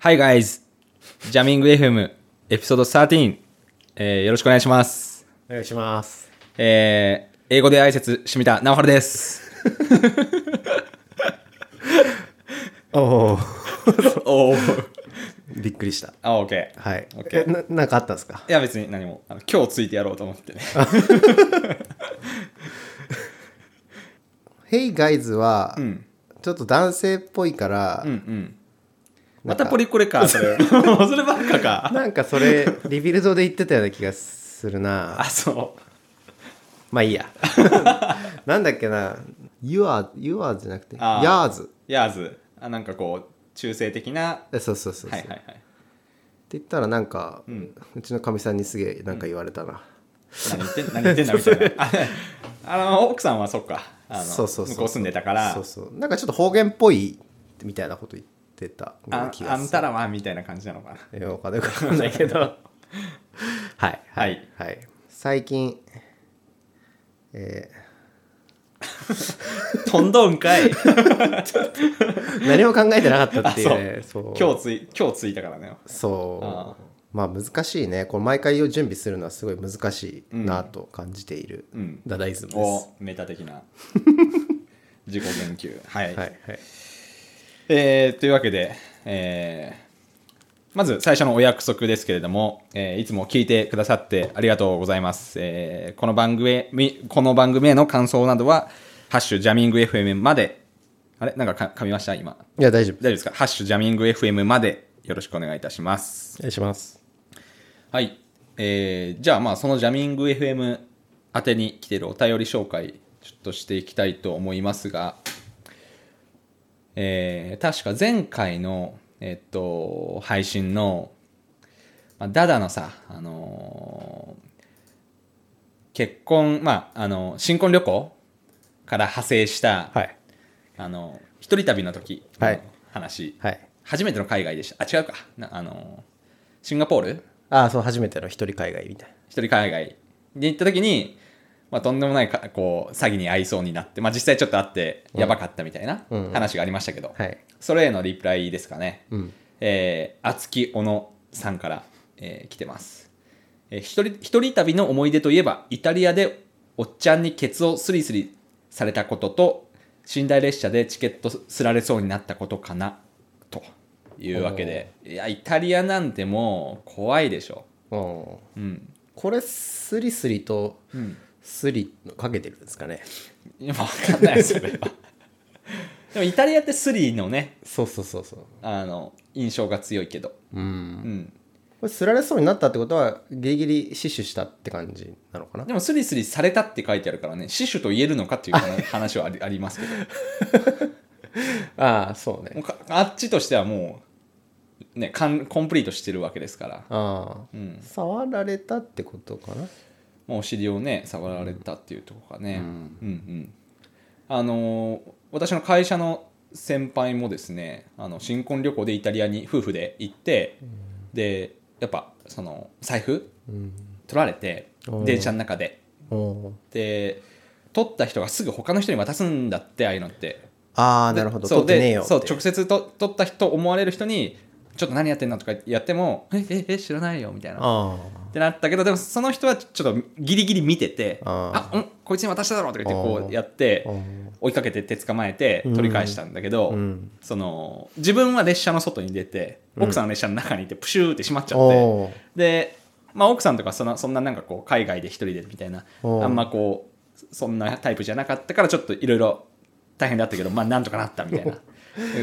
Hi guys! ジャミング FM エピソード13、えー、よろしくお願いします。お願いします。えー、英語で挨拶しみた、なおはるです。おお、お お。びっくりした。あ、OK。いはい。 OK えななんかあったんですかや別に何も、あの今日ついてやろうと思ってね。 ?Hey guys は、んちょっと男性っぽいから、うんうん。なまんかたポリコレか、そ れ。そればっか か。なんかそ れ、リビルドで言ってたような気がするなあ、。そう。まあい いや。なんだっけな。You are, you are じゃなくて、あー Yours。ヤーズ。あ、なんかこう、中性的な。えそうそうそうそう、はいはいっはてい。言ったらなんか、うんちのかみさんにすげえなんか言われたな。何言ってん何言ってんだみたいな。ああの、奥さんはそっか。あのそうそうそう向こう住んでたから。そうそう。なんかちょっと方言っぽいみたいなこと言ってたようなあ気があするんたらはみたいな感じなのかな。いやわかんないわかんないけどはいはい、はい、最近えとんどんかい。ー何も考えてなかったっていうねそう今日つい、今日ついたからね。そうあまあ難しいねこれ毎回を準備するのはすごい難しいなと感じている、うん。ダダイズムです、お、メタ的 な。自己言及。はい。はいはいえーというわけで、えーまず最初のお約束ですけれども、えーいつも聞いてくださってありがとうございます。えーこの番組へ、みこの番組への感想などは、ハッシュジャミング FM まで、あれなんかか噛みました今。いや大丈夫大丈夫ですかハッシュジャミング FM までよろしくお願いいたします。お願いしますはい、えーじゃあまあそのジャミング FM 宛てに来てるお便り紹介ちょっとしていきたいと思いますが、えー確か前回の、えっと、配信の、まあ、ダダのさ、あのー結婚、まあ、あの新婚旅行から派生した、はいあの一人旅の時はのい話、はい初めての海外でしたあ違うかなあのシンガポールああそう初めての一人海外みたいな一人海外に行った時に、まあ、とんでもないかこう詐欺に遭いそうになって、まあ、実際ちょっとあってやばかったみたいなうんうん話がありましたけど、はいそれへのリプライですかね、うんえー、厚木小野さんから、えー来てます、えー一人一人旅の思い出といえばイタリアでおっちゃんにケツをスリスリされたことと寝台列車でチケットすられそうになったことかなというわけでいやイタリアなんてもう怖いでしょうんうんこれスリスリとうんスリかけてるんですかねいや、わかんないそれは。でもイタリアってスリーのね、そうそうそうそうあの、印象が強いけど。うんうん。これすられそうになったってことはギリギリ死守したって感じなのかなでもスリスリされたって書いてあるからね、死守と言えるのかっていう話話はありありますけど、ああそうもうねかあっちとしてはもう、ね、かんコンプリートしてるわけですから。ああうん。触られたってことかなもうお尻をね、触られたっていうところがね。ううんん、うん、あのー私の会社の先輩もですね、あの、新婚旅行でイタリアに夫婦で行って、で、やっぱ、その、財布うん取られておー電車の中でおーで取った人がすぐ他の人に渡すんだってああいうのってああでなるほどそ取うってねえよでっそうて直接と取った人思われる人に「ちょっと何やってんの?」とかやっても「えええ知らないよ」みたいなっあてなったけどでもその人はちょっとギリギリ見てて「ああうんこいつに渡しただろ」とか言ってこあーうやってあうん追いかけて手捕まえて取り返したんだけど、うんその自分は列車の外に出て奥さんの列車の中にいてプシューって閉まっちゃって。おーで、まあ、奥さんとかそんなそんななんかこう海外で一人でみたいなあおうんまこうそんなタイプじゃなかったからちょっといろいろ大変だったけどまあなんとかなったみたい な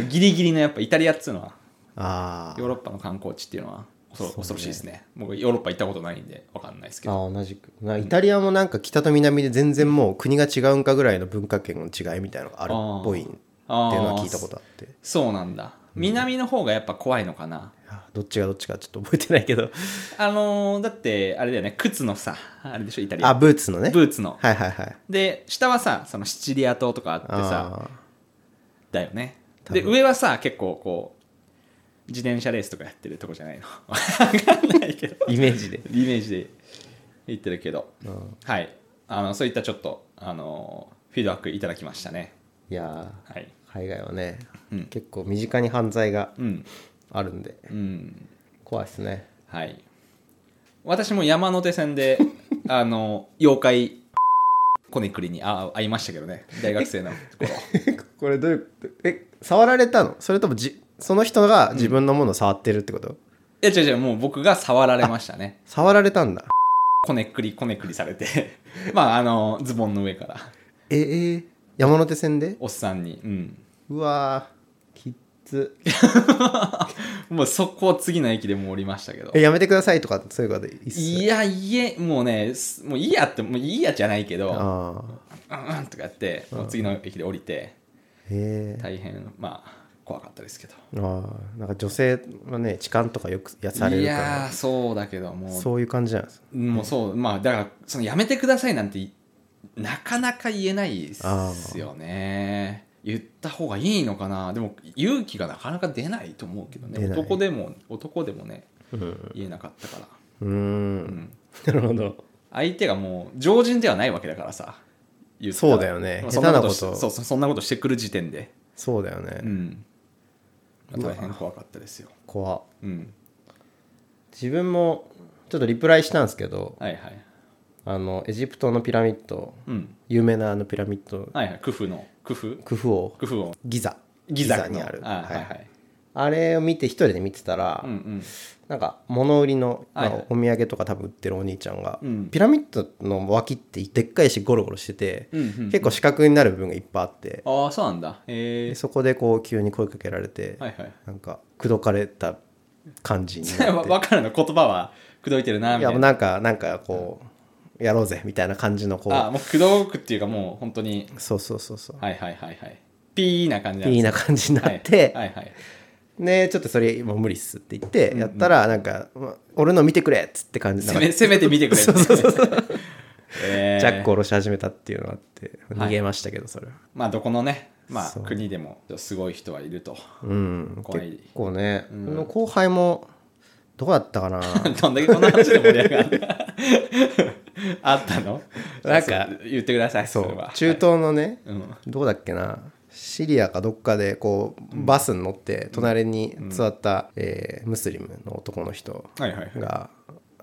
ギリギリのやっぱイタリアっつうのはあヨーロッパの観光地っていうのは恐ろそ恐うねろしいですね僕ヨーロッパ行ったことないんで分かんないですけああどあ同じくなイタリアもなんか北と南で全然もう国が違うんかぐらいの文化圏の違いみたいなのがあるっぽいっていうあーのは聞いたことあってそうなんだ南の方がやっぱ怖いのかな、あーどっちがどっちかちょっと覚えてないけどあのーだってあれだよね靴のさあれでしょイタリあアブーツのねブーツの、はいはいはいで下はさそのシチリア島とかあってさあーだよね多で分上はさ結構こう自転車レースとかやってるとこじゃないの わかんないけどイメージでイメージで言ってるけどうんはいあのそういったちょっとあのフィードバックいただきましたねいやーはい海外はね、うん結構身近に犯罪がうんあるんでうん怖いですねはい私も山手線 であの妖怪コネクリにあ会いましたけどね大学 生の頃これどういうえ触られたのそれともじその人が自分のものを触ってるってこと、いや違う違うもう僕が触られましたね触られたんだコネクリコネクリされ てまああのズボンの上からええー山手線でおっさんにうんうわーきっつもうそこ次の駅でもう降りましたけどえやめてくださいとかそういうこといいっすいやいえもうねすもういいやってもういいやじゃないけどああうんうんとかやってもう次の駅で降りてへえ大変まあ怖かったですけどあーなんか女性はね痴漢とかよくやされいるやかーそうだけどもらうそういう感じなんですもうそう、まあだからそのやめてくださいなんていなかなか言えないですよね言った方がいいのかなでも勇気がなかなか出ないと思うけどね出ない男でも男でもねうん言えなかったから、うーうんん、 なるほど相手がもう常人ではないわけだからさ言ったらそうだよねまあ下手なことそんしそうそうそんなことしてくる時点でそうだよね、うん、まあうわ大変怖かったですよ怖っうん自分もちょっとリプライしたんですけどはいはいあのエジプトのピラミッドうん有名なあのピラミッドはいはいクフのクフクフ王クフをギザギザのにあるあははいいはいあれを見て一人で見てたら、うんうんなんか物売りの、まあはいはいお土産とか多分売ってるお兄ちゃんが、うんピラミッドの脇ってでっかい石ゴロゴロしてて、うんうん結構四角になる部分がいっぱいあって、ああそうなんだへえでそこでこう急に声かけられて、はいはいなんか口説かれた感じに なって分かるの言葉は口説いてるないみやたもいうななんかなんかこうやろうぜみたいな感じのこあうもう口説くっていうかもう本当にそうそうそうそうはいはいはいはいピーな感じなんいいですな感じになはいって、はいはいねちょっとそれもう無理っすって言ってやったらなんか、ま俺の見てくれっつって感じなせんかめせめて見てくれって えージャック下ろし始めたっていうのがあってはい逃げましたけどそれは、まあどこのねまあそう国でもすごい人はいるとうん怖い 結構ね、この後輩もどこだったかなどんだけこんな話で盛り上がる あったのなんかじゃあそう言ってくださいそ そうれは中はい東のね、うんどうだっけなシリアかどっかでこうバスに乗って隣に座った、えームスリムの男の人はいはいはが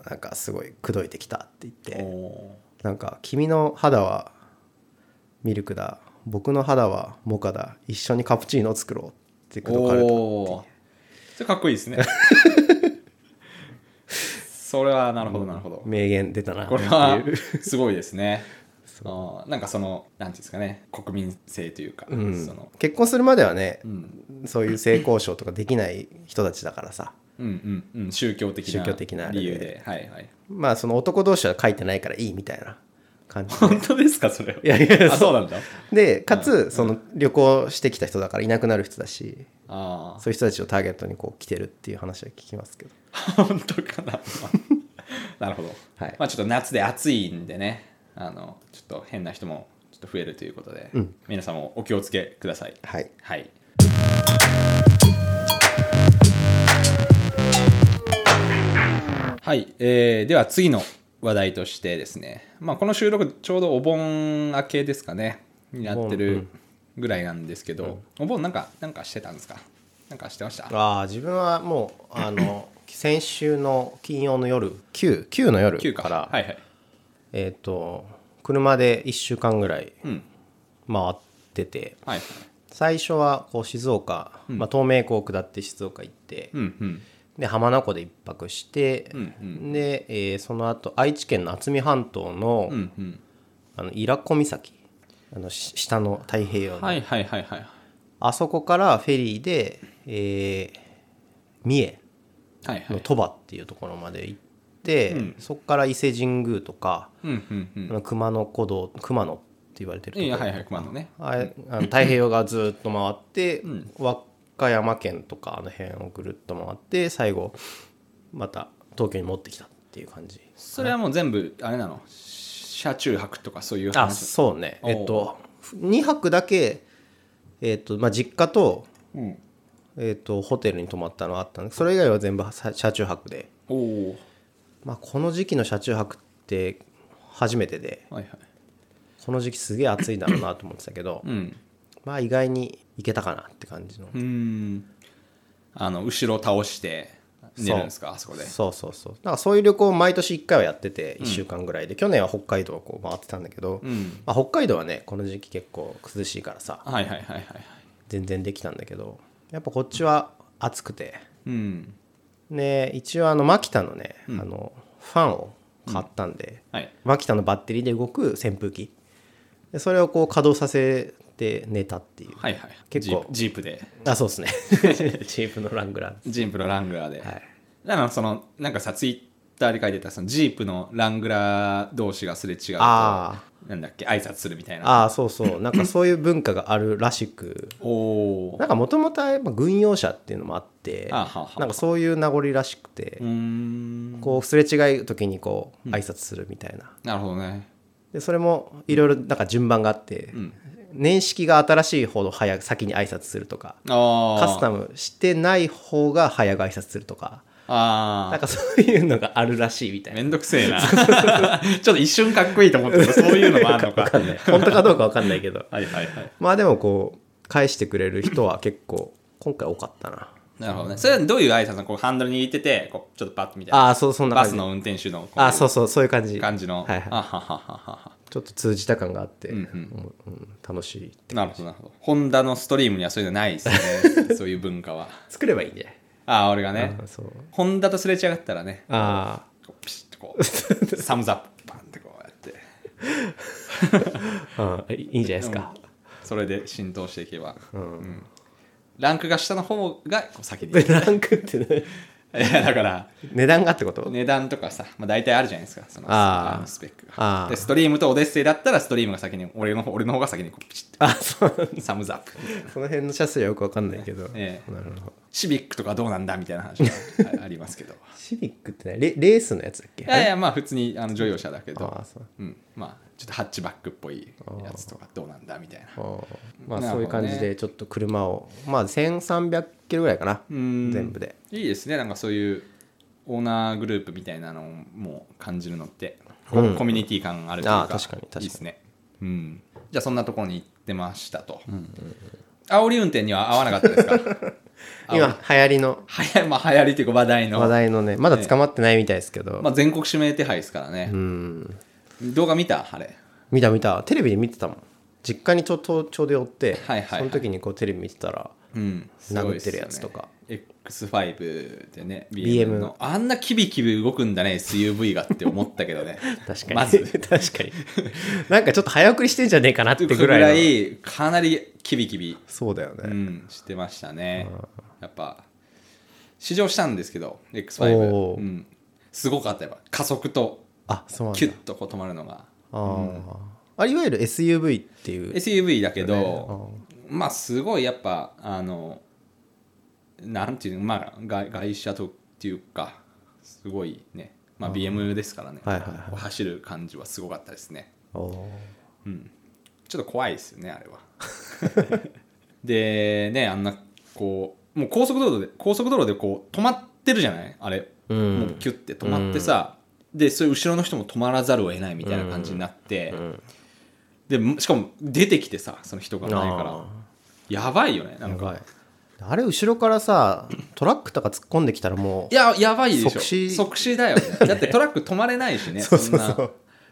なんかすごい口説いてきたって言っいおておなんか「君の肌はミルクだ僕の肌はモカだ一緒にカプチーノを作ろう」って口説かれたおーそれかっこいいですね それはなるほどなるほど名言出たなってこれはいうすごいです ねあーなんかそのなんていうんですかね国民性というか、うんその結婚するまではねうんそういう性交渉とかできない人たちだからさうんうんうん宗教的な宗教的なあれで理由ではいはいまあその男同士は書いてないからいいみたいな感じで 本当ですかそれはいやいやあそうなんだでかつその旅行してきた人だからいなくなる人だしあそういう人たちをターゲットにこう来てるっていう話は聞きますけどあ本当かな なるほど、はいまあちょっと夏で暑いんでねあのちょっと変な人もちょっと増えるということで、うん皆さんもお気をつけくださいはいはい。はい、えーでは次の話題としてですね、まあ、この収録ちょうどお盆明けですかねになってお盆うるんぐらいなんですけど、お盆なんかなんかしてたんですかなんかしてましたああ自分はもう あの先週の金曜の夜9 9の夜9かからはいはいえっ、と車で1週間ぐらいうん回っててはい最初はこう静岡、まあ、東名湖を下って静岡行って、うんうんで浜名湖で1泊して、うんうで、えーその後愛知県の渥美半島の、うんうんあの伊良湖岬あのし下の太平洋の、はいはいはいはいあそこからフェリーで、えー三重はいはのい鳥羽っていうところまで行って、んそこから伊勢神宮とか、うんうんうんあの熊野古道熊野って言われてるとこいやはいはい熊野ねあれあの太平洋側ずっと回って、和歌山県とかあの辺をぐるっと回って最後また東京に持ってきたっていう感じそれはもう全部あれなの車中泊とかそういうあ話そうねおうえっと2泊だけ、えっとまあ、実家と,、うんえっとホテルに泊まったのはあったんでそれ以外は全部はさ車中泊で、おおまあ、この時期の車中泊って初めてではいはいこの時期すげえ暑いだろうなと思ってたけどうんまあ意外に行けたかなって感じのうーんあの後ろ倒して寝るんですかあそこでそうそうそうだからそういう旅行を毎年1回はやってて1週間ぐらいで、去年は北海道をこう回ってたんだけど、うんまあ、北海道はねこの時期結構涼しいからさはいはいはいはいはい全然できたんだけどやっぱこっちは暑くてうんね一応あのマキタのね、あのファンを買ったんで、はいマキタのバッテリーで動く扇風機でそれをこう稼働させて寝たっていう、はいはい結構ジープジープであそ うですねチープのラングランジープのラングラーで、はいだからそのなんかさツイッターで書いてたそのジープのラングラー同士がすれ違うとあなんだっけ挨拶するみたいなああそうそうなんかそういう文化があるらしくおおーなんかもともとはやっぱ軍用車っていうのもあってあははなんかそういう名残らしくてうー、んこうすれ違う時にこう挨拶するみたいな、なるほどねでそれもいろいろなんか順番があって、ん年式が新しいほど早く先に挨拶するとかああカスタムしてない方が早く挨拶するとかあなんかそういうのがあるらしいみたあいなめんどくせえな ちょっと一瞬かっこいいと思ったけどそういうのもあるの かはい本当かどうか分かんないけどはいはいまあでもこう返してくれる人は結構今回多かったななるほどねそれはどういう挨拶なのこうハンドル握っててこうちょっとパッとみたいなああそうそんなバ感スじの運転手のこうあそうそうそういう感じ感じの、はいはいあははははちょっと通じた感があって、んうんうん楽しい なるほどなるほどホンダのストリームにはそういうのないですねそういう文化は作ればいいんじゃないああ俺がねあそうホンダとすれ違ったらねあこうピシッとこ うサムズアップバンってこうやってあうんいいんじゃないですか、それで浸透していけばうんランクが下の方がこう先 にいでランクって、ね、やだから値段がってこと値段とかさ、まあ、大体あるじゃないですかそのあーあのスペックあがーでストリームとオデッセイだったらストリームが先に俺の方俺の方が先にこうピシッあそ うとサムズアップその辺の車数はよく分かんないけど、ええなるほどシビックとかどうなんだみたいな話があ ありますけどシビックってねレレースのやつだっけいやいやまあ普通にあの乗用車だけどああそううん、まあちょっとハッチバックっぽいやつとかどうなんだみたいなあーまあなるそほどねういう感じでちょっと車をまあ1300キロぐらいかなうん全部でいいですねなんかそういうオーナーグループみたいなのも感じるのって、こうんコミュニティ感あるというかあー確かに確かにいいですね、うん、じゃあそんなところに行ってましたと、煽り運転には合わなかったですか 今流行りの流行まあ流行りというか話題の話題のねまだ捕まってないみたいですけど、まあ、全国指名手配ですからね、うん動画見たあれ見た見たテレビで見てたもん実家にちょっとちょうど寄って、はいはいはいその時にこうテレビ見てたらうんすごいっすよね殴ってるやつとか X5 でね BM BM のあんなキビキビ動くんだね SUV がって思 ったけどね確かに、まず 確かになんかちょっと早送りしてんじゃねえかなってぐぐららいい のかなりキビキビ、そうだよね、うん、してましたねやっぱ試乗したんですけどお X5、ーうん、すごかったやっぱ加速とあそうなんキだュッとこう止まるのがあー、あいわゆる SUV っていう SUV だけど、まあすごいやっぱあのなんていうのまあ外外車とっていうかすごいね、まあ、BM ですからね、はいはいはいこう走る感じはすごかったですねおーちょっと怖いですよねあれ はでねあんなこうもう高速道路で高速道路でこう止まってるじゃないあれ、うんもうキュッて止まってさ、でそれ後ろの人も止まらざるを得ないみたいな感じになって、でしかも出てきてさその人が前からあやばいよねなーやんかばいあれ後ろからさトラックとか突っ込んできたらもいややばいでしょ即死即死 だよねだってトラック止まれないしねそう そうそうそんな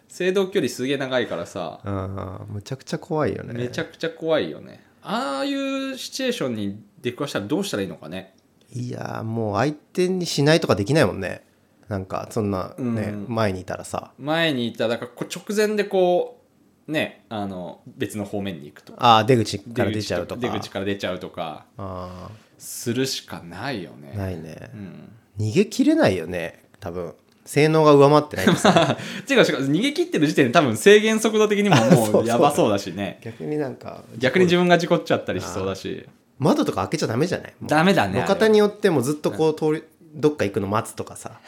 制動距離すげえ長いからさうあーむちゃくちゃ怖いよねめちゃくちゃ怖いよねああいうシチュエーションに出くわしたらどうしたらいいのかねいやーもう相手にしないとかできないもんねなんかそんなね、うん前にいたらさ前にいただからこう直前でこうねあの別の方面に行くとかああ出口から出ちゃうとか出口から出ちゃうとかあするしかないよあねないねう、ん逃げ切れないよね多分性能が上回ってないです ていうかしかも逃げ切ってる時点で多分制限速度的にもあ そもううやばそうだしね逆になんか逆に自分が事故っちゃったりしそうだし窓とか開けちゃダメじゃないもうダメだね路あれ肩によってもずっとこう通りどっか行くの待つとかさ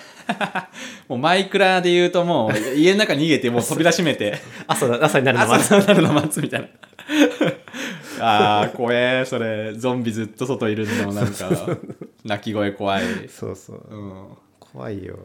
もうマイクラで言うとも う家の中逃げてもう扉閉め て朝だ朝になるの朝待つになるの待つみた いなああ怖えそれゾンビずっと外いるのなんか鳴き声怖い、そうそううん、怖いよ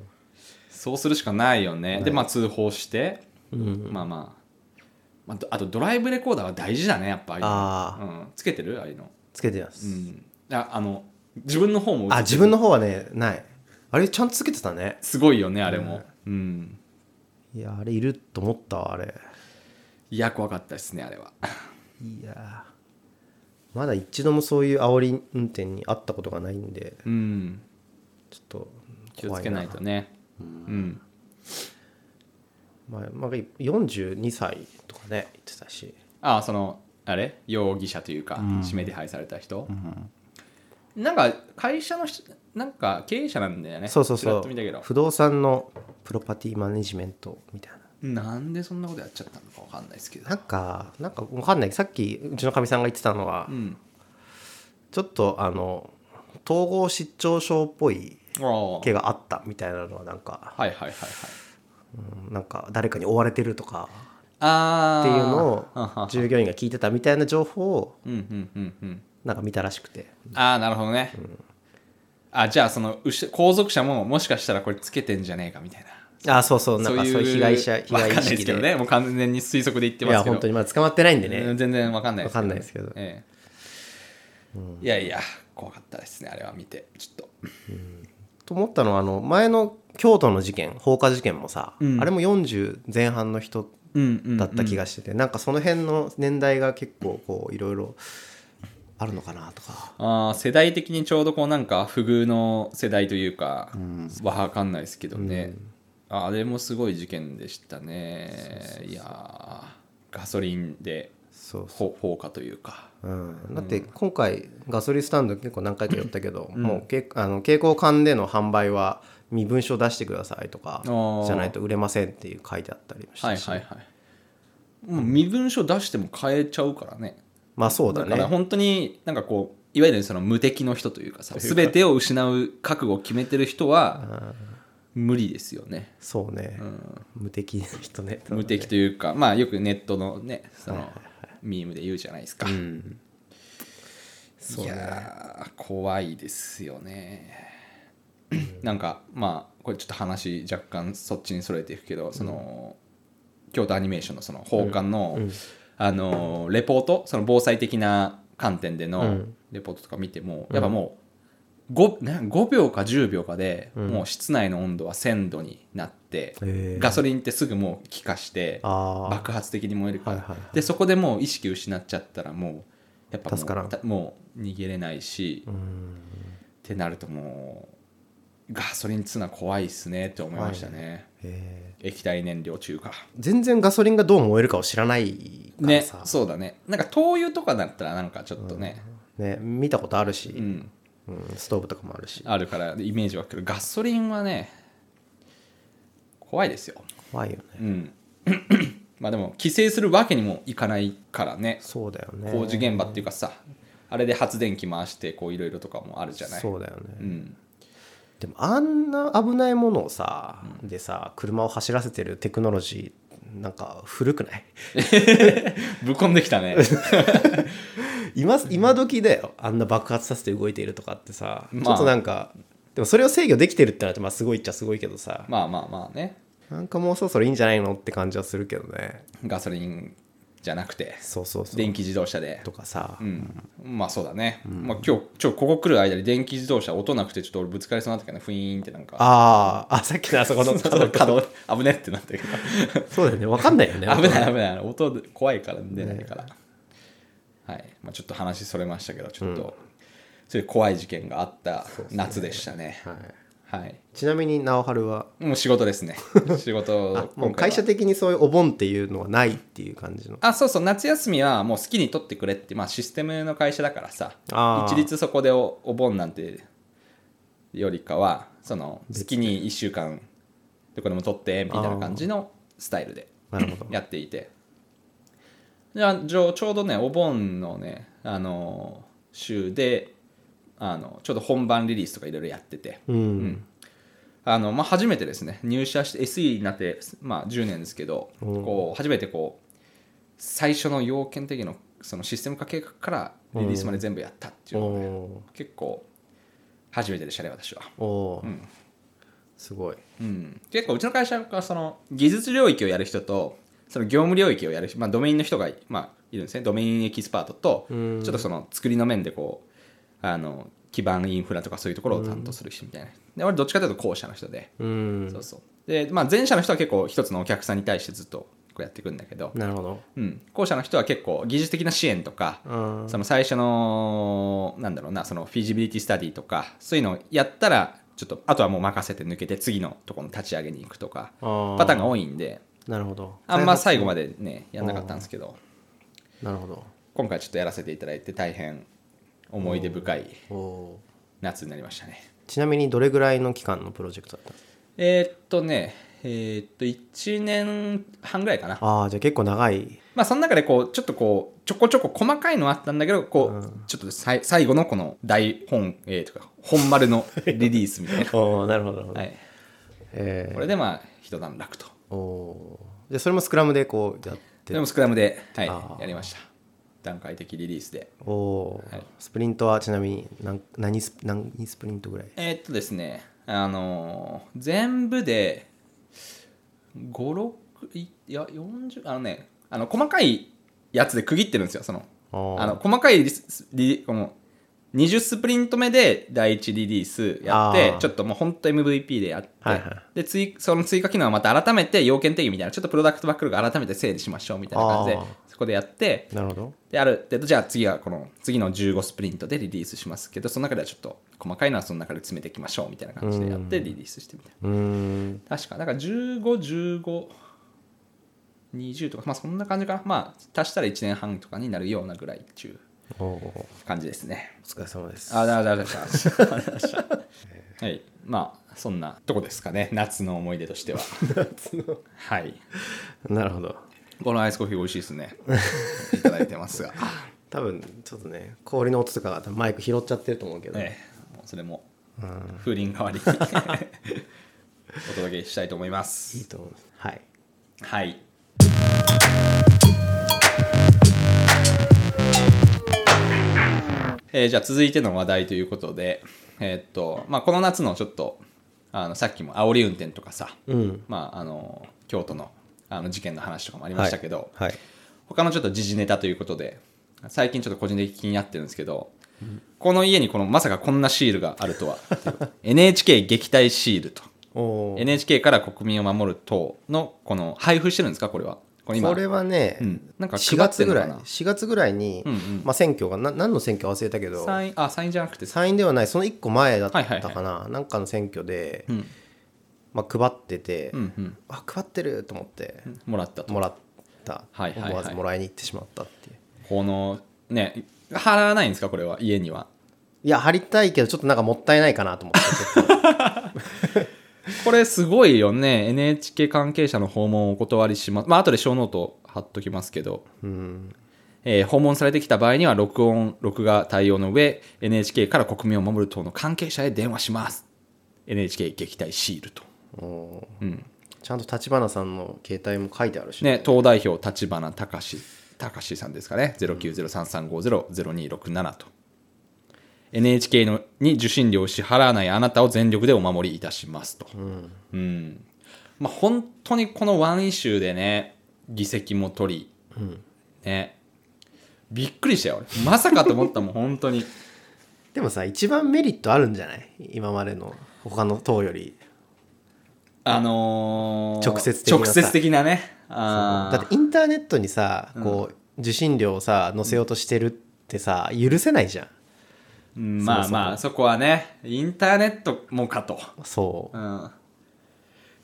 そうするしかないよねでまあ通報して、まあまあまあどあとドライブレコーダーは大事だねやっぱああいうのあうん、つけてるああいうのつけてます、うんああの自分の方もあ自分の方はねないあれちゃんとつけてたねすごいよねあれもうんいやあれいると思ったわあれいや怖かったですねあれはいやーまだ一度もそういう煽り運転にあったことがないんでうんちょっと気をつけないとね、ねうんまあまあ、42歳とかね言ってたしあそのあれ容疑者というか、指名手配された人、なんか会社の人なんか経営者なんだよねそうそうちらそっと見たけうど不動産のプロパティマネジメントみたいななんでそんなことやっちゃったのかわかんないですけどなんかなんかわかんないさっきうちのかみさんが言ってたのは、うんちょっとあの統合失調症っぽいああはい毛があったみたいなのはなんか、はいはいはいうんなんか誰かに追われてるとかああっていうのははを従業員が聞いてたみたいな情報をうんうんうんうんなんか見たらしくてああなるほどね、あじゃあそのうし後続者ももしかしたらこれつけてんじゃねえかみたいなああそうそうなんかそういう被害者被わかんな害意いです識けでどねもう完全に推測で言っていまやすけど本当にまだ捕まってないんでね、うん全然わかんないわかんないですけどええいやいや怖かったですねあれは見てちょっとと思ったのはあの前の京都の事件放火事件もさ、うんあれも40前半の人うんだった気ががしてて、なんかその辺の年代が結構こういろいろあるのかなとかあー世代的にちょうどこうなんか不遇の世代というか、わかんないですけどね、ああれもすごい事件でしたねいやーガソリンでそうそほ放火というかう、うん、だって今回ガソリンスタンド結構何回か寄ったけど、もうけあの蛍光管での販売は身分証出してくださいとかあーじゃないと売れませんっていう書いてあったりもしはいたし、はいはいもう身分証出しても変えちゃうからねまあそうだだねから本当になんかこういわゆるその無敵の人というかさ全てを失う覚悟を決めてる人は無理ですよねそうね、無敵な人ね無敵というかまあよくネットのねそのミームで言うじゃないですか、いやー怖いですよねなんかまあこれちょっと話若干そっちにそれていくけどその、京都アニメーションのその奉還の、あのレポートその防災的な観点でうのんレポートとか見ても、やっぱもう 5, な5秒か10秒かで、もう室内の温度は1000度になって、へーガソリンってすぐもう気化してあー爆発的に燃えるから、はいはいはいでそこでもう意識失っちゃったらもうやっぱも助からうんたもう逃げれないし、っうんてなるともうガソリンっつうのは怖いっすねって思いましたね、えー液体燃料中華全然ガソリンがどう燃えるかを知らないからねさ、そうだねなんか灯油とかだったらなんかちょっとね、ね見たことあるし、うんうんストーブとかもあるしあるからイメージはくるガソリンはね怖いですよ怖いよねうん まあでも規制するわけにもいかないからねそうだよね工事現場っていうかさあれで発電機回してこういろいろとかもあるじゃないそうだよね、うん、でもあんな危ないものをさ、でさ車を走らせてるテクノロジーなんか古くない ぶっこんできたね 今今時だよあんな爆発させて動いているとかってさ、まあちょっとなんかでもそれを制御できてるってなってまあすごいっちゃすごいけどさ、まあまあまあねなんかもうそろそろいいんじゃないのって感じはするけどねガソリンじゃなくてそうそうそう電気自動車でとかさ、うんまあそうだね、まあ、今日ちょここ来る間に電気自動車音なくてちょっと俺ぶつかりそうになったけどねフイーンってなんかあーあさっきのあそ この角角危ねってなったけどそうだよね分かんないよね危ない危ない音で怖いから出ないから、はい、まあ、ちょっと話それましたけどちょっと、そういう怖い事件があった夏でしたねはいはいちなみに直春はもう仕事 ですね仕事あも今う回会は社的にそういうお盆っていうのはないっていう感じのあそうそう夏休みはもう好きに取ってくれって、まあ、システムの会社だからさあー一律そこでおお盆なんてよりかはその好きに1週間どこでも取ってみたいな感じのスタイルでなるほどやっていてじゃあちょちょうどねお盆のねあの週であのちょうど本番リリースとかいろいろやっててうん、あの、まあ、初めてですね入社して SE になって、まあ、10年ですけど、こう初めてこう最初の要件的のそのシステム化計画からリリースまで全部やったっていうのがね、お結構初めてでしたね私は、ーおー、すごいうん、結構うちの会社がその技術領域をやる人とその業務領域をやる人、まあ、ドメインの人が、まあ、いるんですねドメインエキスパートとちょっとその作りの面でこうあの基盤インフラとかそういうところを担当する人みたいな、で俺どっちかというと後者の人で、うんそうそうで、まあ、前者の人は結構一つのお客さんに対してずっとこうやっていくんだけど、なるほどうん、後者の人は結構技術的な支援とか、うんその最初のなんだろうなそのフィジビリティスタディとかそういうのをやったらちょっとあとはもう任せて抜けて次のところの立ち上げに行くとかあパターンンが多いんでなるほどあんま最後ままでねやんなかったんですけどでなるほど今回ちょっとやらせていただいて大変思い出深いおー夏になりましたねちなみにどれぐらいの期間のプロジェクトだったんですかえーっとねえーっと1年半ぐらいかなああじゃあ結構長いまあその中でこうちょっとこうちょこちょこ細かいのはあったんだけどこう、ちょっとさい最後のこの大本えーとか本丸 のリリースみたいなおおなるほどなるほど、はいえーこれでまあ一段落とおおーじゃあそれもスクラムでこうやってでもスクラムで、はあい、ーやりました段階的リリースでおおー、はいスプリントはちなみに何何ス何スプリントぐらいえーっとですねあのー全部で56いいや40あのねあの細かいやつで区切ってるんですよそのあーあの細かいリスリこの20スプリント目で第1リリースやっあてーちょっともう本当 MVP でやって、はいはいで追その追加機能はまた改めて要件定義みたいなちょっとプロダクトバックルが改めて整理しましょうみたいな感じであーそこでやってなるほどである程度じゃあ次はこの次の15スプリントでリリースしますけどその中ではちょっと細かいのはその中で詰めていきましょうみたいな感じでやってリリースしてみたいうーんな確かだから151520とかまあそんな感じかなまあ足したら1年半とかになるようなぐらいっていうおお感じですねお疲れ様ですあだだだだだはいまあそんなとこですかね夏の思い出としてははいなるほどこのアイスコーヒー美味しいですねいただいてますが多分ちょっとね氷の音とかが多分マイク拾っちゃってると思うけど、ええ、もうそれもうん風鈴代わりにお届けしたいと思いまいいす。と思うはいはい。えーじゃあ続いての話題ということで、えーっとまあ、この夏のちょっとあのさっきも煽り運転とかさ、うんまあ、あの京都のあの事件の話とかもありましたけど、はい他のちょっと時事ネタということで最近ちょっと個人的に気になってるんですけど、この家にこのまさかこんなシールがあるとは NHK 撃退シールとおー NHK から国民を守る党のこの配布してるんですかこれはこれ今これはね、うんなんか4配って月んのぐからいな4月ぐらいに、うんうんまあ、選挙がな何の選挙忘れたけどサインあサインじゃなくて参院ではないその1個前だったかな、はいはいなんかの選挙で、うんまあ、配ってて、うんうんあ配ってると思って、もらったともらった、はいはいはい思わずもらいに行ってしまったっていうこのね貼らないんですかこれは家にはいや貼りたいけどちょっとなんかもったいないかなと思っ てちょっこれすごいよね NHK 関係者の訪問をお断りしますまあ後で小ノート貼っときますけどとうんえー訪問されてきた場合には録音録画対応の上 NHK から国民を守る党の関係者へ電話します NHK 撃退シールと、おーうんちゃんと立花さんの携帯も書いてあるし、ね、党代表立花隆隆さんですかね090335000267と NHK のに受信料を支払わないあなたを全力でお守りいたしますと、うんまあ、本当にこのワンイシューでね議席も取り、ね、びっくりしたよ俺まさかと思ったもん本当に。でもさ一番メリットあるんじゃない今までの他の党よりあのー直接的なさ直接的なねあだってインターネットにさこう受信料をさ載せようとしてるってさ許せないじゃんーうんまあまあそこはねインターネットもかと、、そううん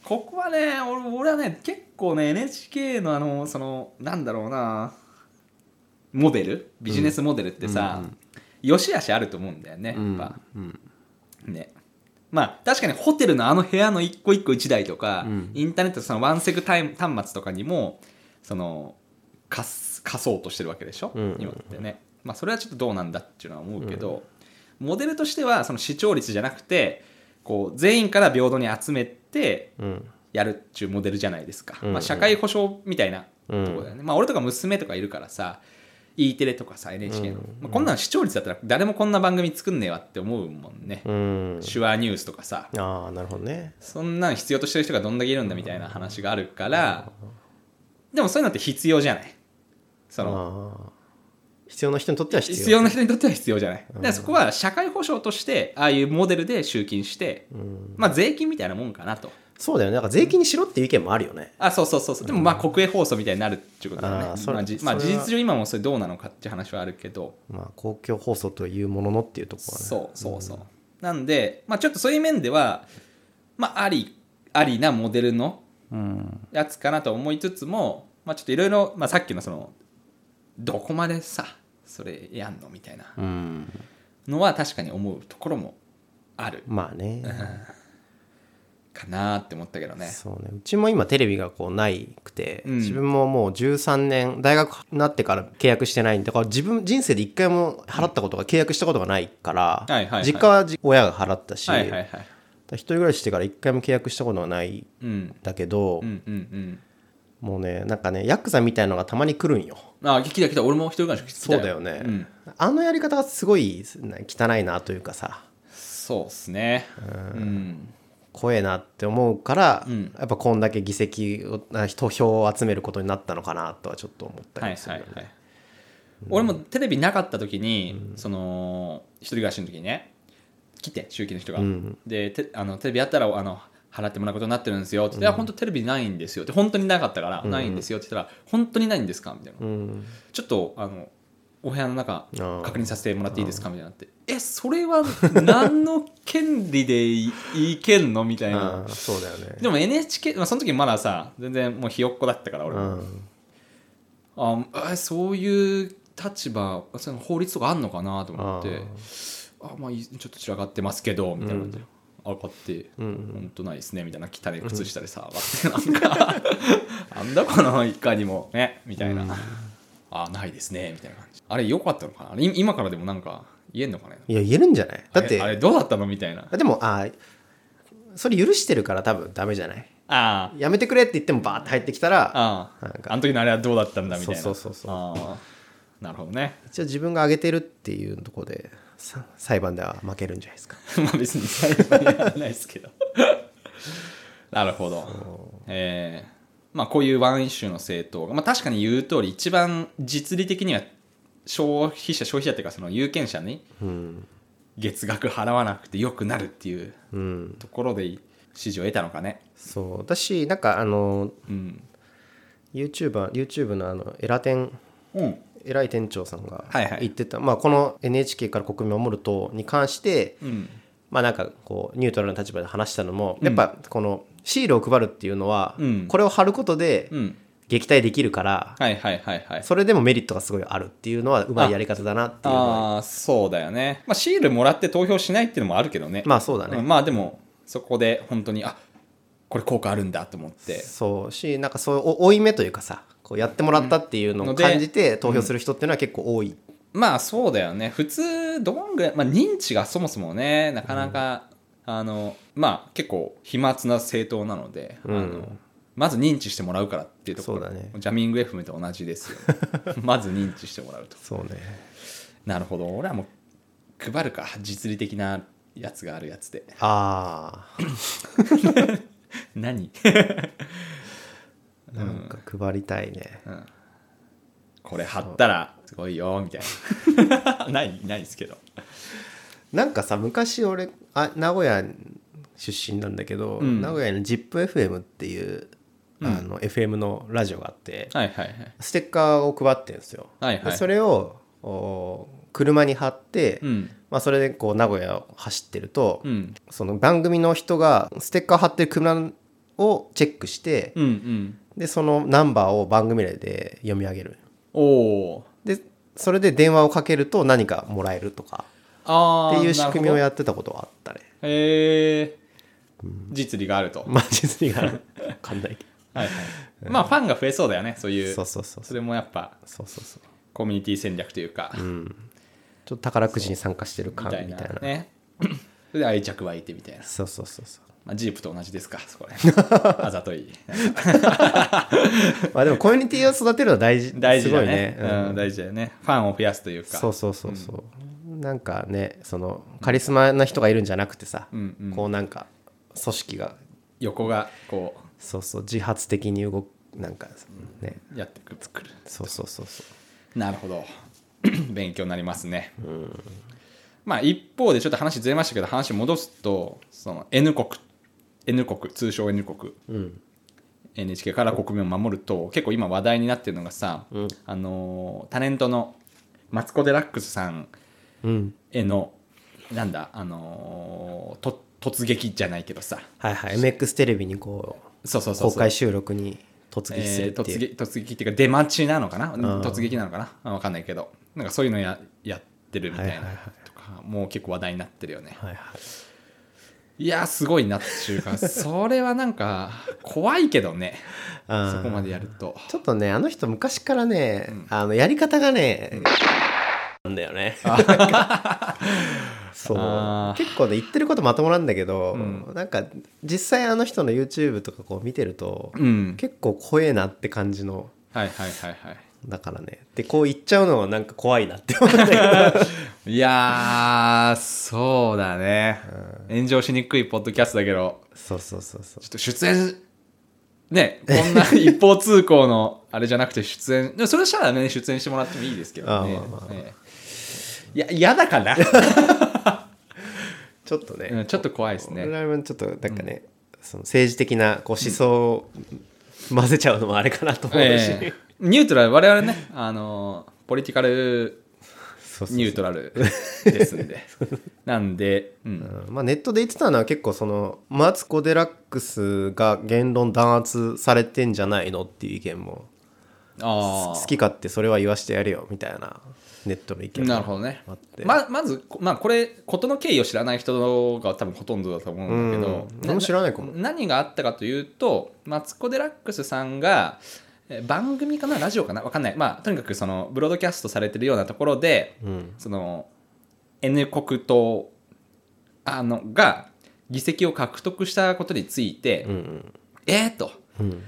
ここはね俺俺はね結構ね NHK のあのそのなんだろうなモデルビジネスモデルってさ、良し悪しあると思うんだよねやっぱ、ねまあ確かにホテルのあの部屋の一個一個一台とか、インターネットそのワンセグタイム端末とかにもその貸す貸そうとしてるわけでしょ、ん今ってね、まあ、それはちょっとどうなんだっていうのは思うけど、モデルとしてはその視聴率じゃなくてこう全員から平等に集めてうんやるっちゅうモデルじゃないですか、うんうまあ、ん社会保障みたいなとこうんだよね、まあ、俺とか娘とかいるからさ E テレとかさ NHK の、まあ、こんなの視聴率だったら誰もこんな番組作んねえわって思うもんね、うん手話ニュースとかさああなるほどねそんなん必要としてる人がどんだけいるんだみたいな話があるからでもそういうのって必要じゃないそのあ必要な人にとっては必要必要な人にとっては必要じゃない。だからそこは社会保障として、ああいうモデルで集金して、まあ税金みたいなもんかなと。そうだよねなんか税金にしろっていう意見もあるよねあ、そうそうそうそう。でもまあ国営放送みたいになるっていうことだよね。あーそれまあ、じまあそ事れは実上今もそれどうなのかって話はあるけど、まあ公共放送というもののっていうところはねそうそうそう。なんで、まあちょっとそういう面では、まああり、ありなモデルのうんやつかなと思いつつも、まあ、ちょっといろいろまあさっきのそのどこまでさそれやんのみたいなうんのは確かに思うところもあるまあねかなって思ったけどねそうねうちも今テレビがこうないくて、うん自分ももう13年大学になってから契約してないんでだから自分人生で一回も払ったことが契約したことがないから、はいはいはい実家はじ親が払ったし、はいはいはいだから一人暮らししてから一回も契約したことがないんうんだけど、うんうんもうねなんかねヤクザみたいのがたまに来るんようんあ来た来た俺も一人暮らし来たそうだよね、うんあのやり方がすごいね汚いなというかさそうっすねうん怖えなって思うから、うんやっぱこんだけ議席をあ投票を集めることになったのかなとはちょっと思ったはりいもするはよいねはい俺もテレビなかった時にその一人暮らしの時にね来て集金の人がうんでてあのテレビやったらあの払ってもらうことになってるんですよって言って、いや本当テレビないんですよって本当になかったから、ないんですよって言ったら本当にないんですかみたいな、うんちょっとあのお部屋の中ー確認させてもらっていいですかみたいになってえそれは何の権利でいいけんのみたいなああそうだよねでも NHK、まあ、その時まださ全然もうひよっこだったから俺うも、んあえそういう立場その法律とかあんのかなと思ってあまあいいちょっと散らかってますけどみたいな感じで、あ分かって、うん本当ないですねみたいな汚い靴下でさ、上がってなんか なんだこのいかにもねみたいな、あないですねみたいな感じあれ良かったのかなあれい今からでもなんか言えんのかねいや言えるんじゃないだっあれあてれどうだったのみたいなでもああそれ許してるから多分ダメじゃないあやめてくれって言ってもバーって入ってきたあらああなんかあの時のあれはどうだったんだみたいなそうそうそうそうああなるほどね一応自分が上げてるっていうところでさ裁判では負けるんじゃないですか まあ別に最後にはやらないですけど なるほどえーまあこういうワンイシューの政党が、まあ、確かに言う通り一番実利的には消費者消費者っていうかその有権者にうん月額払わなくてよくなるっていううんところで支持を得たのかねそうだしなんかあのうん、 YouTuber YouTube のあのエラ店うん、偉い店長さんがはいはい言ってた、まあ、この NHK から国民を守る党に関して、うんまあなんかこうニュートラルな立場で話したのも、やっぱこのシールを配るっていうのは、うんこれを貼ることでうん撃退できるから、はいはいはいはいそれでもメリットがすごいあるっていうのはうまいやり方だなっていうのはああそうだよね、まあ、シールもらって投票しないっていうのもあるけどねまあそうだね、うんまあでもそこで本当にあこれ効果あるんだと思ってそうしなんかそうお負い目というかさこうやってもらったっていうののをで感じて投票する人っていうのは結構多い、まあそうだよね普通どんぐらい、まあ、認知がそもそもねなかなか、あのまあ結構飛沫な政党なので、あのまず認知してもらうからっていうところそうだねジャミング FM と同じですよ まず認知してもらうとそうねなるほど俺はもう配るか実利的なやつがあるやつでああ何、なんか配りたいね、うんこれ貼ったらすごいよみたいな ないないですけどなんかさ昔俺あ名古屋出身なんだけど、ん名古屋の ZIPFM っていうあの FM のラジオがあって、はいはいはいステッカーを配ってるんですよ、はいはいでそれをお車に貼って、うんまあ、それでこう名古屋を走ってると、うんその番組の人がステッカー貼ってる車をチェックして、うんうんでそのナンバーを番組内で読み上げるおおでそれで電話をかけると何かもらえるとかあっーていう仕組みなをるやってたことはあったねほどへえ実利があると、まあ実にが分かんないけはいはいまあファンが増 えそうだよねそういどうそうそうそうそれもやっぱそうそうそうコミュニティ戦略というか、ちょっと宝くじに参加してる感みみたたいいななね それで愛着湧いてみたいな、そうそうそうそうまあ、ジープと同じですかそこら 辺あざといまあでもコミュニティを育てるのは大事 大事だすねごいね、うんうん、大事だよねファンを増やすというかそうそうそうそう、なんかねそのカリスマな人がいるんじゃなくてさ、んうんこうなんか組織が横がこそうそう自発的に動くなんかね、うやってくる作るそうそうそうそうなるほど 勉強になりますね。まあ一方でちょっと話ずれましたけど話戻すとその N 国 N 国通称 N 国、NHK から国民を守ると結構今話題になってるのがさ、あのータレントのマツコ・デラックスさんうんへのなんだあのーと突撃じゃないけどさはいはい MX テレビにこそうそううそう公そう開収録に突撃するえーってい突う、撃突撃っていうか出待ちなのかな、突撃なのかなあわかんないけどなんかそういうのややってるみたいなはいはいはいとか、もう結構話題になってるよねはいはいいやーすごいなって いうかそれはなんか怖いけどねあーそこまでやるとちょっとねあの人昔からね、あのやり方がね、なんだよね そうあー結構ね言ってることまともなんだけど、んなんか実際あの人の YouTube とかこう見てると、うん結構怖えなって感じのはいはいはいはだからねでこう言っちゃうのはなんか怖いなって 思うんだけどいいやーそうだね、炎上しにくいポッドキャストだけどそうそうそうそうちょっと出演 ねこんな一方通行のあれじゃなくて出演でもそれしたらね出演してもらってもいいですけどねあーまあまあええいや嫌だかな、 ちょっとね、うんちょっと怖いです俺ねらもちょっとなんかね、その政治的なこう思想を混ぜちゃうのもあれかなと思うし、ええニュートラル我々ねあのポリティカルそうそうそうニュートラルですんで なんで、うん、うんまあ、ネットで言ってたのは結構そのマツコ・デラックスが言論弾圧されてんじゃないのっていう意見もあ好あき勝手それは言わしてやるよみたいなネットの意見もなるほどねあってままず、こまあ、これ事の経緯を知らない人が多分ほとんどだと思うんだけど、うん俺も知らないかも何があったかというとマツコ・デラックスさんがえー番組かなラジオかなわかんない、まあ、とにかくそのブロードキャストされてるようなところでうんその N 国党あのが議席を獲得したことについて、うんえー、とうん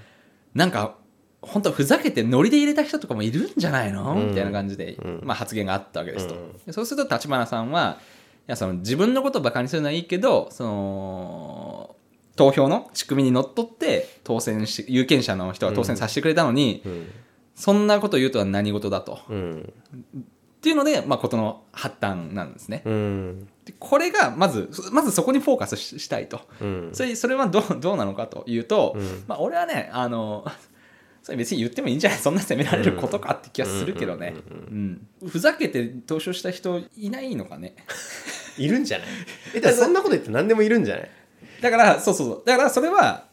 なんか本当ふざけてノリで入れた人とかもいるんじゃないのみたいな感じで、うんまあ、発言があったわけですと、うんでそうすると立花さんはいやその自分のことをバカにするのはいいけどその投票の仕組みにのっとって当選し有権者の人は当選させてくれたのに、うんそんなこと言うとは何事だと。っうんていうので、まあ、ことの発端なんですね。うんでこれがまずまずそこにフォーカスししたいと。うんそれそれはどうどうなのかというと、うんまあ、俺はねあの それ別に言ってもいいんじゃない そんな責められることかって気がするけどね、うんふざけて投票した人いないのかね いるんじゃないえだからそんなこと言って何でもいるんじゃないだからそうそうそうだからそれは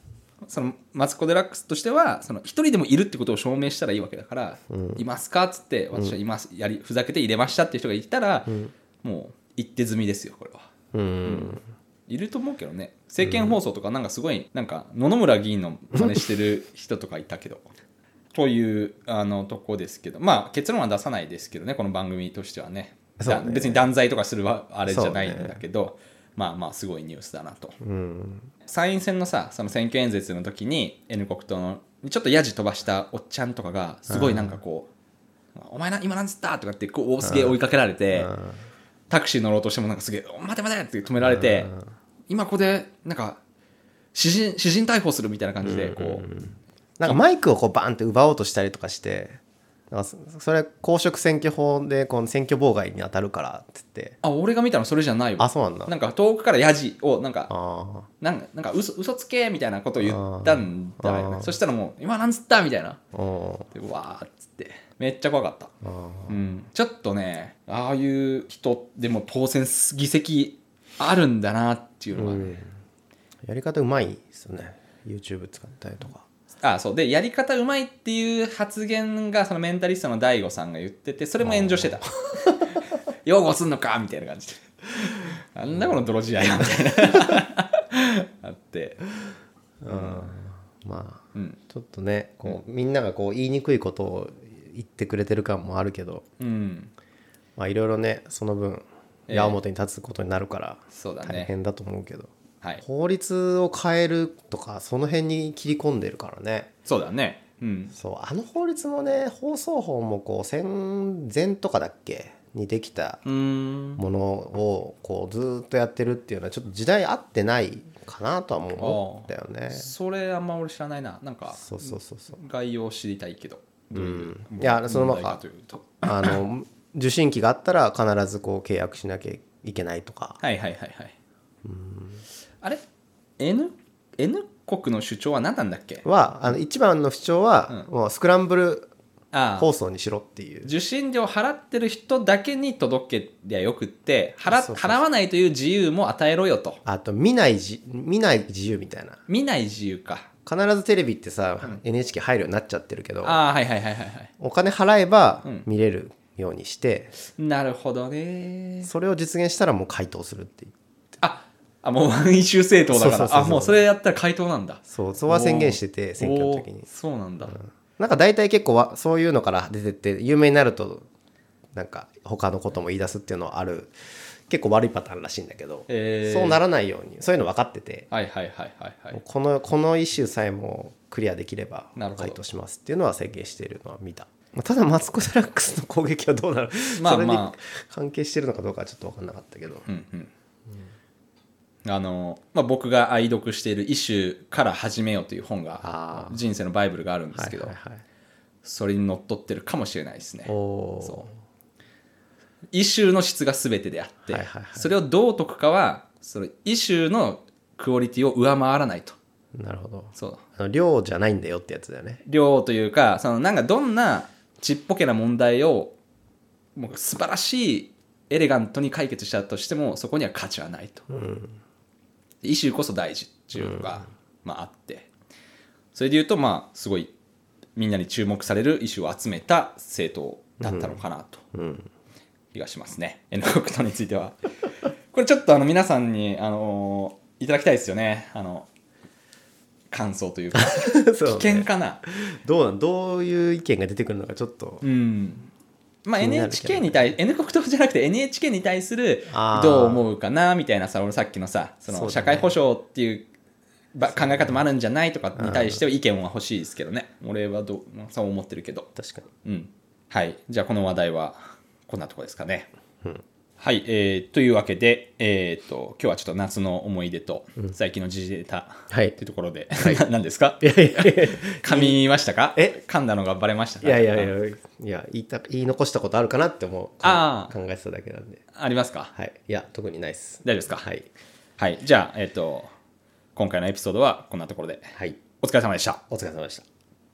そのマツコ・デラックスとしてはその一人でもいるってことを証明したらいいわけだから「いますか?」っつって「私はいます、やりふざけて入れました」っていう人がいたら、もう一手済みですよこれは。うんいると思うけどね政見放送とかなんかすごいなんか野々村議員の真似してる人とかいたけど というあのとこですけどまあ結論は出さないですけどねこの番組としてはねそうねだ別に断罪とかするわあれじゃないんだけど、まあまあすごいニュースだなとうん参院選のさその選挙演説の時に N 国党のちょっとヤジ飛ばしたおっちゃんとかがすごいなんかこう「お前な今なんつった?」とかってこうすげえ追いかけられて。タクシー乗ろうとしてもなんかすげえ「お待て待て!」って止められて今ここでなんか詩人詩人逮捕するみたいな感じでこうなんかマイクをこうバーンって奪おうとしたりとかしてなんかそそれ公職選挙法でこの選挙妨害に当たるからって言って「あ俺が見たのそれじゃないあわ」そうなんだなんか遠くからヤジをなんかあなんかなんか嘘嘘つけみたいなことを言ったんだよあねーそしたらもう「今なんつった?」みたいなあうんでわーっつってめっちゃ怖かった、あうん、ちょっとねああいう人でも当選議席あるんだなっていうのーが、うんやり方うまいですよね YouTube 使ったりとかあそうでやり方うまいっていう発言がそのメンタリストの DAIGO さんが言っててそれも炎上してた擁護すんのかみたいな感じでなんだこの泥仕合みたいなあってまあ、うんちょっとねこうみんながこう言いにくいことを言ってくれてる感もあるけどうんまあいろいろねその分ええ矢面に立つことになるからそうだ大ね変だと思うけど、はい法律を変えるとかその辺に切り込んでるからねそうだねうんそうあの法律もね放送法もこう戦前とかだっけにできたうーんものをこうずーっとやってるっていうのはちょっと時代合ってないかなとはもう思ったよねそれあんま俺知らないななんかそうそうそうそう概要を知りたいけどどういういやその問題かというとあの受信機があったら必ずこう契約しなきゃいけないとかはいはいはいはいあれ N, N 国の主張は何なんだっけはあの一番の主張はもうスクランブルああ放送にしろっていう受信料払ってる人だけに届けりゃよくって払そうそう払わないという自由も与えろよとあと見ないじ見ない自由みたいな見ない自由か必ずテレビってさ、NHK 入るようになっちゃってるけどああはいはいはいはいはいお金払えばうん見れるようにして、なるほどねそれを実現したらもう回答するっていうああもうワンイシュー政党だそかうそうそうらそあうもうそれやったら回答なんだそうそれは宣言してて選挙の時おにーそうなんだ、なんか大体結構わそういうのから出てって有名になるとなんか他のことも言い出すっていうのはある結構悪いパターンらしいんだけど、えーそうならないようにそういうの分かってて、はいはいはいはいはいこのこのイシューさえもクリアできればなるほど回答しますっていうのは宣言しているのは見たまあただマツコ・デラックスの攻撃はどうなる、まあそれにまあ関係してるのかどうかはちょっと分かんなかったけど、うんうんあのまあ、僕が愛読している「イシューから始めよ」うという本があー人生のバイブルがあるんですけど、はいはいはいそれにのっとってるかもしれないですねおーそうイシューの質が全てであって、はいはいはいそれをどう解くかはそのイシューのクオリティを上回らないとなるほどそうあの量じゃないんだよってやつだよね量というかそのなんかどんなちっぽけな問題をもう素晴らしいエレガントに解決したとしてもそこには価値はないと、イシューこそ大事っていうのが、まあ、あってそれで言うとまあすごいみんなに注目されるイシューを集めた政党だったのかなと、気がしますね N 国党についてはこれちょっとあの皆さんに、あのいただきたいですよねあの感想というかそう危険かなどうなんどういう意見が出てくるのかちょっと、うんまあ、気になるけど NHK に対 N 国党じゃなくて NHK に対するあーどう思うかなみたいなさ俺さっきのさそそうだのね社会保障っていうば考え方もあるんじゃないとかに対しては意見は欲しいですけどね俺はどうそう思ってるけど確かにうんはいじゃあこの話題はこんなとこですかね、はい、えーというわけで、えー、と今日はちょっと夏の思い出と最近の時事データはいというところで、な 何ですかいやいや いや噛みましたかえ噛んだのがバレましたかいやいやいやいや言いた言い残したことあるかなって思うあかー考えてただけなんでありますかはいいや特にないです大丈夫ですかはいはい、じゃあ、えっ、と、今回のエピソードはこんなところで。はいお疲れ様でした。お疲れ様でした